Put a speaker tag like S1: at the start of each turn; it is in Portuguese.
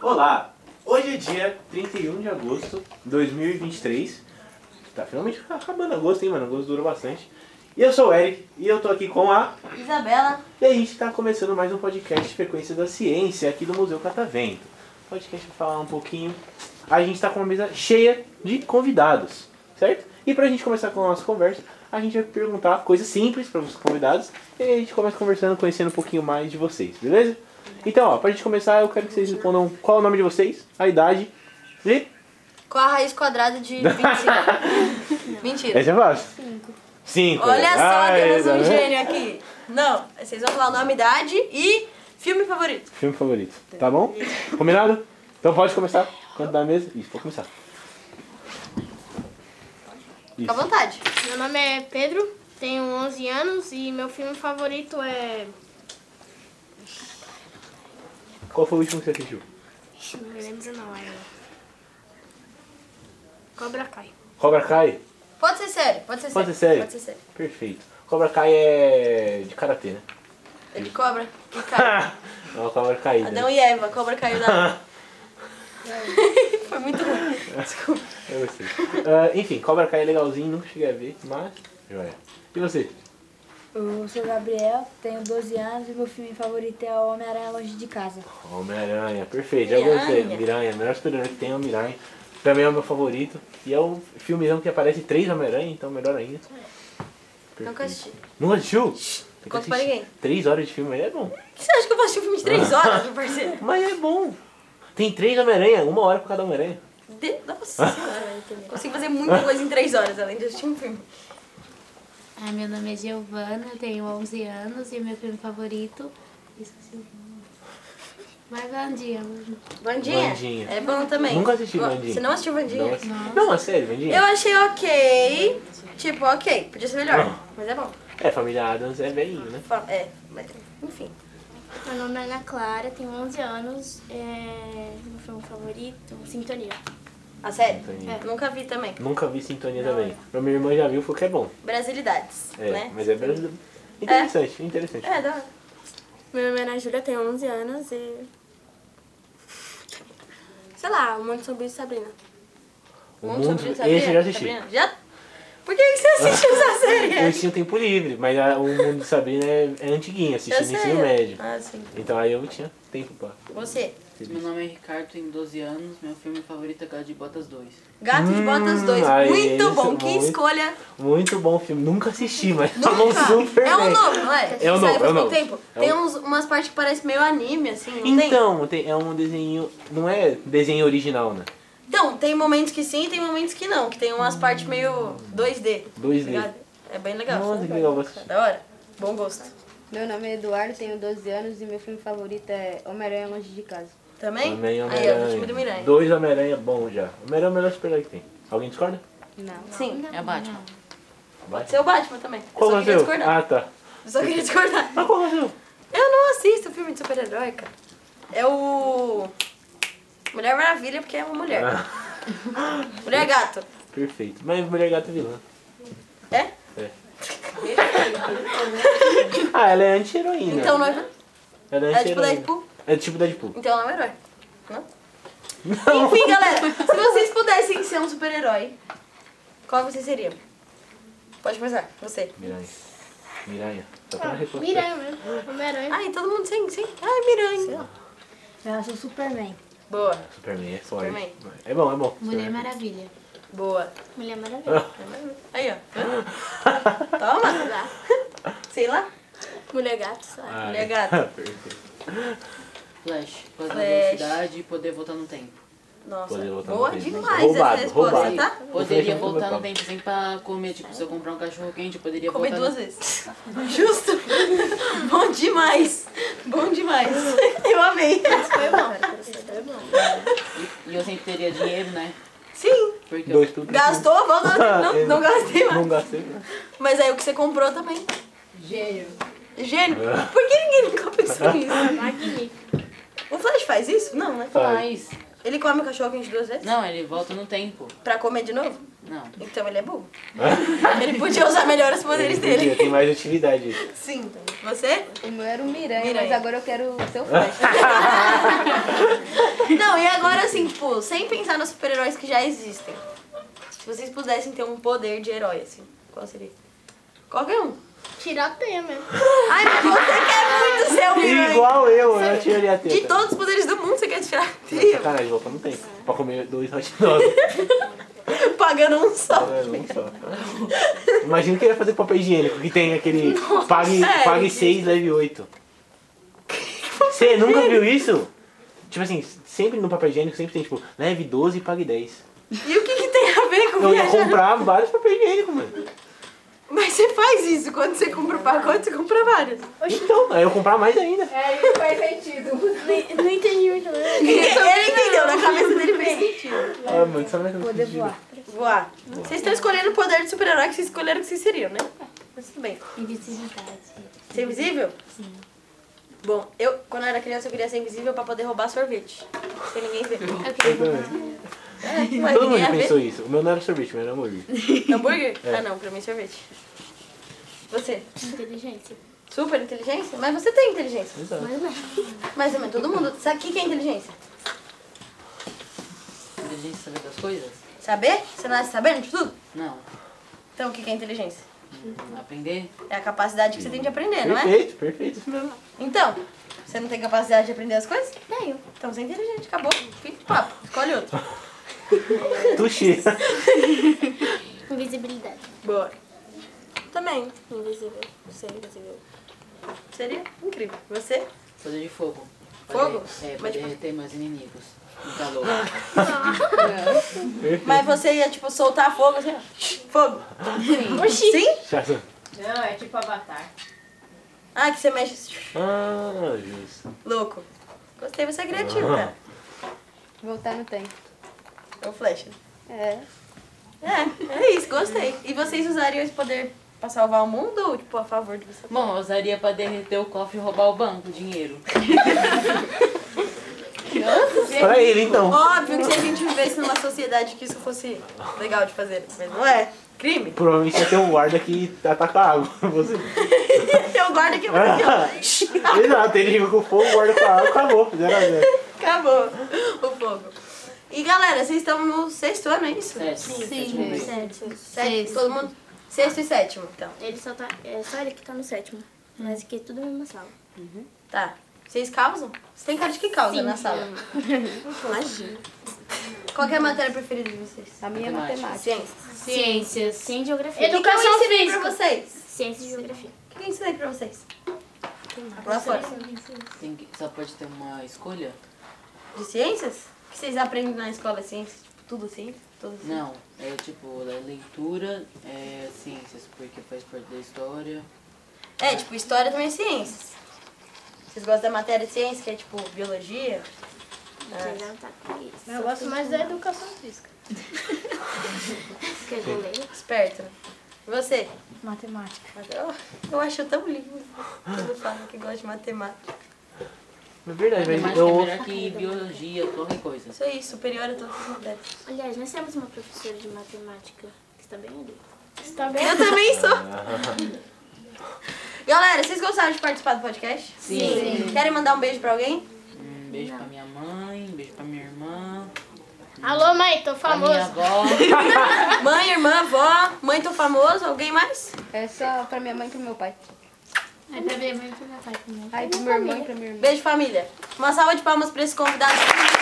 S1: Olá! Hoje é dia 31 de agosto de 2023. Tá finalmente acabando agosto, hein, mano? Agosto durou bastante. E eu sou o Eric e eu tô aqui com a.
S2: Isabela,
S1: E a gente tá começando mais um podcast Frequência da Ciência aqui do Museu Catavento. Podcast pra falar um pouquinho. A gente tá com uma mesa cheia de convidados, certo? E pra gente começar com a nossa conversa, a gente vai perguntar coisas simples para os convidados e aí a gente começa conversando, conhecendo um pouquinho mais de vocês, beleza? Então, ó, pra gente começar, eu quero que vocês respondam qual é o nome de vocês, a idade e.
S2: qual a raiz quadrada de 25? Mentira.
S1: Essa é tipo fácil. Cinco.
S2: Olha só,
S1: Ai,
S2: temos
S1: tá
S2: um
S1: vendo?
S2: gênio aqui. Não, vocês vão falar o nome, idade e filme favorito.
S1: Filme favorito. Tá bom? Combinado? Então pode começar. Quanto da mesa? Isso, pode começar.
S2: Fica à vontade.
S3: Meu nome é Pedro, tenho 11 anos e meu filme favorito é.
S1: Qual foi o último que você assistiu?
S3: Ixi, Não me lembro não, é. Cobra Kai.
S1: Cobra Kai?
S2: Pode ser sério, pode ser sério.
S1: Pode ser sério?
S2: Pode ser sério.
S1: Perfeito. Cobra Kai é de karatê, né?
S2: Ele cobra que cai.
S1: É uma Cobra Kai.
S2: Adão
S1: Né?
S2: e Eva, a cobra caiu da. Foi muito ruim. Desculpa.
S1: Eu gostei. Ah, enfim, Cobra Kai é legalzinho, nunca cheguei a ver, mas. Joia. E você?
S4: Eu sou o Gabriel, tenho 12 anos e meu filme favorito é O Homem-Aranha Longe de Casa.
S1: Homem-Aranha, perfeito, já gostei.
S2: Miranha.
S1: Miranha, o melhor super-herói que tem é o Miranha. Também é o meu favorito. E é o filmezão que aparece três Homem-Aranha, então melhor ainda.
S2: Nunca assisti.
S1: Nunca assistiu?
S2: conta pra ninguém.
S1: Três horas de filme aí é bom.
S2: Por que você acha que eu vou assistir um filme de 3 horas, meu parceiro?
S1: Mas é bom. Tem três Homem-Aranha, uma hora por cada Homem-Aranha.
S2: De... Nossa senhora, consigo fazer muita coisa em 3 horas, além de assistir um filme.
S5: Ah, meu nome é Giovana, eu tenho 11 anos e é meu filme favorito. Esqueci o nome. Mas é um dia, mano.
S2: Vandinha?
S1: Vandinha.
S2: É bom também.
S1: Nunca assisti
S2: Go-
S1: Vandinha.
S2: Você não assistiu Vandinha?
S1: Não, assi- não, é sério, Vandinha.
S2: Eu achei ok. Tipo, ok. Podia ser melhor. Mas é bom.
S1: É, família Adams é velhinho, né?
S2: Fa- É. mas- Enfim.
S3: Meu nome é Ana Clara, tenho 11 anos, é. Meu filme favorito, Sintonia.
S2: A série?
S1: Sintonia.
S2: É. Nunca vi também.
S1: Nunca vi Sintonia também. Mas minha irmã já viu, falou que é bom.
S2: Brasilidades.
S1: É,
S2: né?
S1: mas é brasileiro. Interessante, interessante.
S2: É, dá.
S3: Meu nome é Ana Júlia, tenho 11 anos e. Sei lá, um monte sobre Sabrina.
S1: O
S2: Bom
S1: mundo,
S2: sobre Sabrina,
S1: esse eu já assisti.
S2: Sabrina. Já? Por que que você assistiu essa
S1: Eu
S2: série?
S1: tinha tempo livre, mas a- o mundo de Sabrina é, é antiguinho, assisti no ensino médio.
S2: Ah, sim.
S1: Então aí eu tinha tempo pra.
S2: Você.
S6: Meu nome é Ricardo, tenho 12 anos, meu filme favorito é Gato de Botas 2.
S2: Gato de Botas 2.
S1: aí,
S2: muito bom.
S1: isso,
S2: Que
S1: é muito.
S2: escolha.
S1: Muito bom filme, nunca assisti, mas falou
S2: Nunca.
S1: super
S2: é um
S1: bem.
S2: novo, não é?
S1: É um novo,
S2: Saiu faz
S1: é um
S2: pouco
S1: novo.
S2: tempo.
S1: É um-
S2: Tem uns, umas partes que parecem meio anime, assim, não tem?
S1: Então, tem- é um desenho. Não é desenho original, né?
S2: Então, tem momentos que sim e tem momentos que não, que tem umas partes meio 2D.
S1: 2D.
S2: ligado? É bem legal.
S1: Nossa, que legal, vou assistir.
S2: Da hora. Bom gosto.
S7: Meu nome é Eduardo, tenho 12 anos e meu filme favorito é Homem-Aranha Longe de Casa.
S2: Também?
S1: Também
S2: Aí, ó, o time do
S1: Homem-Aranha.
S2: Miranha.
S1: Dois Homem-Aranha bom já. Homem-Aranha é o melhor super-herói que tem. Alguém discorda?
S7: Não.
S2: Sim.
S6: É a Batman.
S1: Vai.
S2: Seu Batman também.
S1: Qual é
S2: eu só
S1: o
S2: queria
S1: seu?
S2: discordar.
S1: Ah, tá.
S2: Eu só queria discordar.
S1: Mas qual é o seu?
S2: Eu não assisto filme de super-herói, cara. É o. Mulher Maravilha, porque é uma mulher.
S1: Ah.
S2: Mulher gato.
S1: Perfeito. Mas Mulher Gata é vilã.
S2: É?
S1: É. ah, ela é anti-heroína.
S2: Então não é.
S1: ela é,
S2: É tipo
S1: anti-heroína.
S2: Deadpool.
S1: É tipo Deadpool.
S2: Então não é um herói. Não?
S1: Não.
S2: Enfim, galera, se vocês pudessem ser um super-herói, qual vocês seriam? Pode começar, você.
S1: Miranha. Miranha. Tá tendo resposta.
S3: Miranha mesmo. Homem-Aranha.
S2: Ai, todo mundo sem, sem. Ai, Miranha.
S4: Eu sou Superman.
S2: Boa,
S1: Superman é forte.
S2: Superman.
S1: É bom, é bom.
S5: Mulher
S1: Superman.
S5: Maravilha.
S2: boa.
S3: Mulher Maravilha.
S2: Aí, ó. Toma. Sei lá.
S3: Mulher Gato, sabe?
S1: Ah,
S2: Mulher Gata.
S1: Perfeito.
S6: Flash, por causa da
S2: Flash.
S6: velocidade e poder voltar no tempo.
S2: Nossa,
S1: Poder voltar
S2: boa
S1: no tempo.
S2: demais
S1: Roubado,
S2: essa resposta,
S1: roubado.
S2: tá?
S6: Poderia
S1: é muito
S6: voltar
S1: legal.
S6: no tempo sem pra comer, tipo, se eu comprar um cachorro quente, eu poderia
S2: Comer
S6: voltar
S2: duas
S6: no...
S2: vezes. Justo. Bom demais. Bom demais. Eu amei.
S3: Foi bom. Foi bom.
S6: E eu sempre teria dinheiro, né?
S2: Sim.
S6: Porque
S1: Dois tudo.
S2: Gastou, volta. Não, não gastei mais.
S1: Não gastei mais.
S2: Mas aí o que você comprou também.
S7: Gênio.
S2: Gênio. Por que ninguém nunca pensou nisso?
S3: Magnífico.
S2: O Flash faz isso? Não, né?
S1: Faz.
S6: Mas
S2: Ele come o cachorro quente duas vezes?
S6: Não, ele volta no tempo.
S2: Pra comer de novo?
S6: Não.
S2: Então ele é burro. ele podia usar melhor os poderes dele.
S1: Tem mais utilidade.
S2: Sim. Você?
S7: O meu era o Miranha,
S2: Miranha.
S7: mas agora eu quero o seu flash.
S2: Não, e agora assim, tipo, sem pensar nos super-heróis que já existem. Se vocês pudessem ter um poder de herói, assim, qual seria? Qualquer um.
S3: Tiroteia mesmo.
S2: Ai, mas você quer muito ser um herói.
S1: Igual eu, eu tiraria a teta.
S2: De todos os poderes do mundo, você quer tirar
S1: Não,
S2: trio,
S1: Sacanagem, voltar no tempo. Pra comer dois hot dogs.
S2: pagando um só.
S1: Era um só. Imagina que eu ia fazer com papel higiênico, que tem aquele pague,
S2: sério,
S1: pague
S2: gente?
S1: 6, leve 8. Você nunca viu isso? Tipo assim, sempre no papel higiênico sempre tem tipo, leve 12 e pague 10.
S2: E o que, que tem a ver com
S1: Eu ia
S2: viajar?
S1: comprar vários papel higiênico, mano.
S2: Mas você faz isso. Quando você compra o pacote, você compra vários.
S1: Então, aí eu ia comprar mais ainda.
S2: né?
S7: É, isso faz sentido.
S3: Não, não entendi muito bem.
S2: Ele, entendeu, na cabeça dele fez sentido.
S1: Ah, mano, sabe como é que eu
S4: Poder
S1: fiz, juro?
S4: voar.
S2: Voar. Vocês estão escolhendo o poder de super-herói que vocês escolheram que vocês seriam, né? Mas tudo bem.
S5: Invisibilidade.
S2: Ser invisível? Sim. Bom, eu, quando eu era criança, eu queria ser invisível pra poder roubar sorvete. Sem ninguém ver.
S5: Eu queria roubar.
S2: Mas
S1: Todo
S2: ninguém
S1: mundo
S2: ia
S1: pensou
S2: ver.
S1: isso. O meu não era sorvete, o meu era hambúrguer.
S2: Hambúrguer?
S1: É.
S2: Ah, não, pra mim sorvete. Você?
S3: Inteligência.
S2: Super inteligência? Mas você tem inteligência.
S1: Exato.
S2: Mas, mas todo mundo. Sabe o que que é inteligência?
S6: Inteligência saber das coisas?
S2: Saber? Você nasce sabendo de tudo?
S6: Não.
S2: Então o que que é inteligência?
S6: Aprender?
S2: É a capacidade que você tem de aprender, não é?
S1: Perfeito, perfeito, isso mesmo.
S2: Então, você não tem capacidade de aprender as coisas?
S3: Tenho.
S2: Então você é inteligente, acabou. Fim de papo. Escolhe outro.
S1: Tuxi.
S3: Invisibilidade.
S2: Boa. Também.
S3: Invisível. Ser invisível.
S2: Seria incrível. Você?
S6: Poder de fogo.
S2: Fogo?
S6: Poder, é,
S2: Mas,
S6: poder
S2: tipo-
S6: derreter meus inimigos. Tá No calor.
S2: Mas você ia, tipo, soltar fogo assim, ó. Fogo. Sim. Sim?
S1: Chato.
S8: Não, é tipo Avatar.
S2: Ah, que você mexe. assim,
S1: Ah, justo.
S2: Louco. Gostei, você é criativo, cara.
S7: Voltar no tempo.
S2: É o flecha.
S7: É.
S2: É, é isso, gostei. E vocês usariam esse poder pra salvar o mundo ou, tipo, a favor de você?
S6: Bom, eu usaria pra derreter o cofre e roubar o banco, o dinheiro.
S1: Pra ele, então.
S2: Óbvio que se a gente vivesse numa sociedade que isso fosse legal de fazer, mas não é. Crime.
S1: Provavelmente vai ter um guarda que ataca a água. Você...
S2: Eu guardo aqui pra mim, ó.
S1: Exato, ele chegou com fogo, guarda com a água, acabou. Fizeram a zero.
S2: Acabou o fogo. E galera, vocês estão no sexto ano, é isso?
S6: Certo? tipo
S5: Sim,
S2: Sétimo. Todo mundo. Sexto e sétimo, então.
S3: Ele só tá. É só ele que tá no sétimo. Mas aqui é tudo na mesma sala.
S2: Tá. Vocês causam? Você tem cara de que causa na sala. Imagina. Qual que é a matéria preferida de vocês?
S7: A minha é
S6: Matemática.
S7: matemática.
S2: Ciências.
S5: Ciências.
S3: Ciência e geografia. Então,
S2: O que que eu
S5: Educação
S2: ensinei pra
S5: física.
S2: vocês?
S3: Ciência e geografia.
S2: O que que eu ensinei pra vocês? Lá fora.
S6: Tem que- só pode ter uma escolha?
S2: De ciências? O que vocês aprendem na escola ciências? Tipo, tudo ciência? Tudo ciência?
S6: Não. É tipo, é leitura, é ciências, porque faz parte da história.
S2: É, tipo, história também é ciências. Vocês gostam da matéria de ciência, que é tipo biologia?
S3: Você já não tá com isso.
S8: Eu gosto mais da educação física.
S3: Quer que eu leia?
S2: Esperto. né? E você?
S4: Matemática.
S2: Eu, eu acho tão lindo quando fala que gosta de matemática.
S1: É verdade, mas
S6: Matemática é
S1: eu.
S6: melhor que biologia, qualquer coisa. assim.
S2: Isso aí, superior a todas as matérias.
S3: Aliás, nós temos uma professora de matemática que está bem ali.
S8: Está
S3: tá
S8: bem?
S2: Eu também sou. Galera, vocês gostaram de participar do podcast?
S6: Sim.
S2: Querem mandar um beijo pra alguém?
S6: Um beijo pra minha mãe, um beijo pra minha irmã,
S3: Alô, mãe, tô
S6: pra minha
S3: famoso.
S6: avó.
S2: Mãe, irmã, avó, mãe tô famoso, alguém mais?
S7: É só pra minha mãe e pro meu pai.
S5: Aí pra minha mãe e pro meu pai também.
S7: Aí pro meu irmão e pra minha irmã.
S2: Beijo, família. Uma salva de palmas pra esse convidado.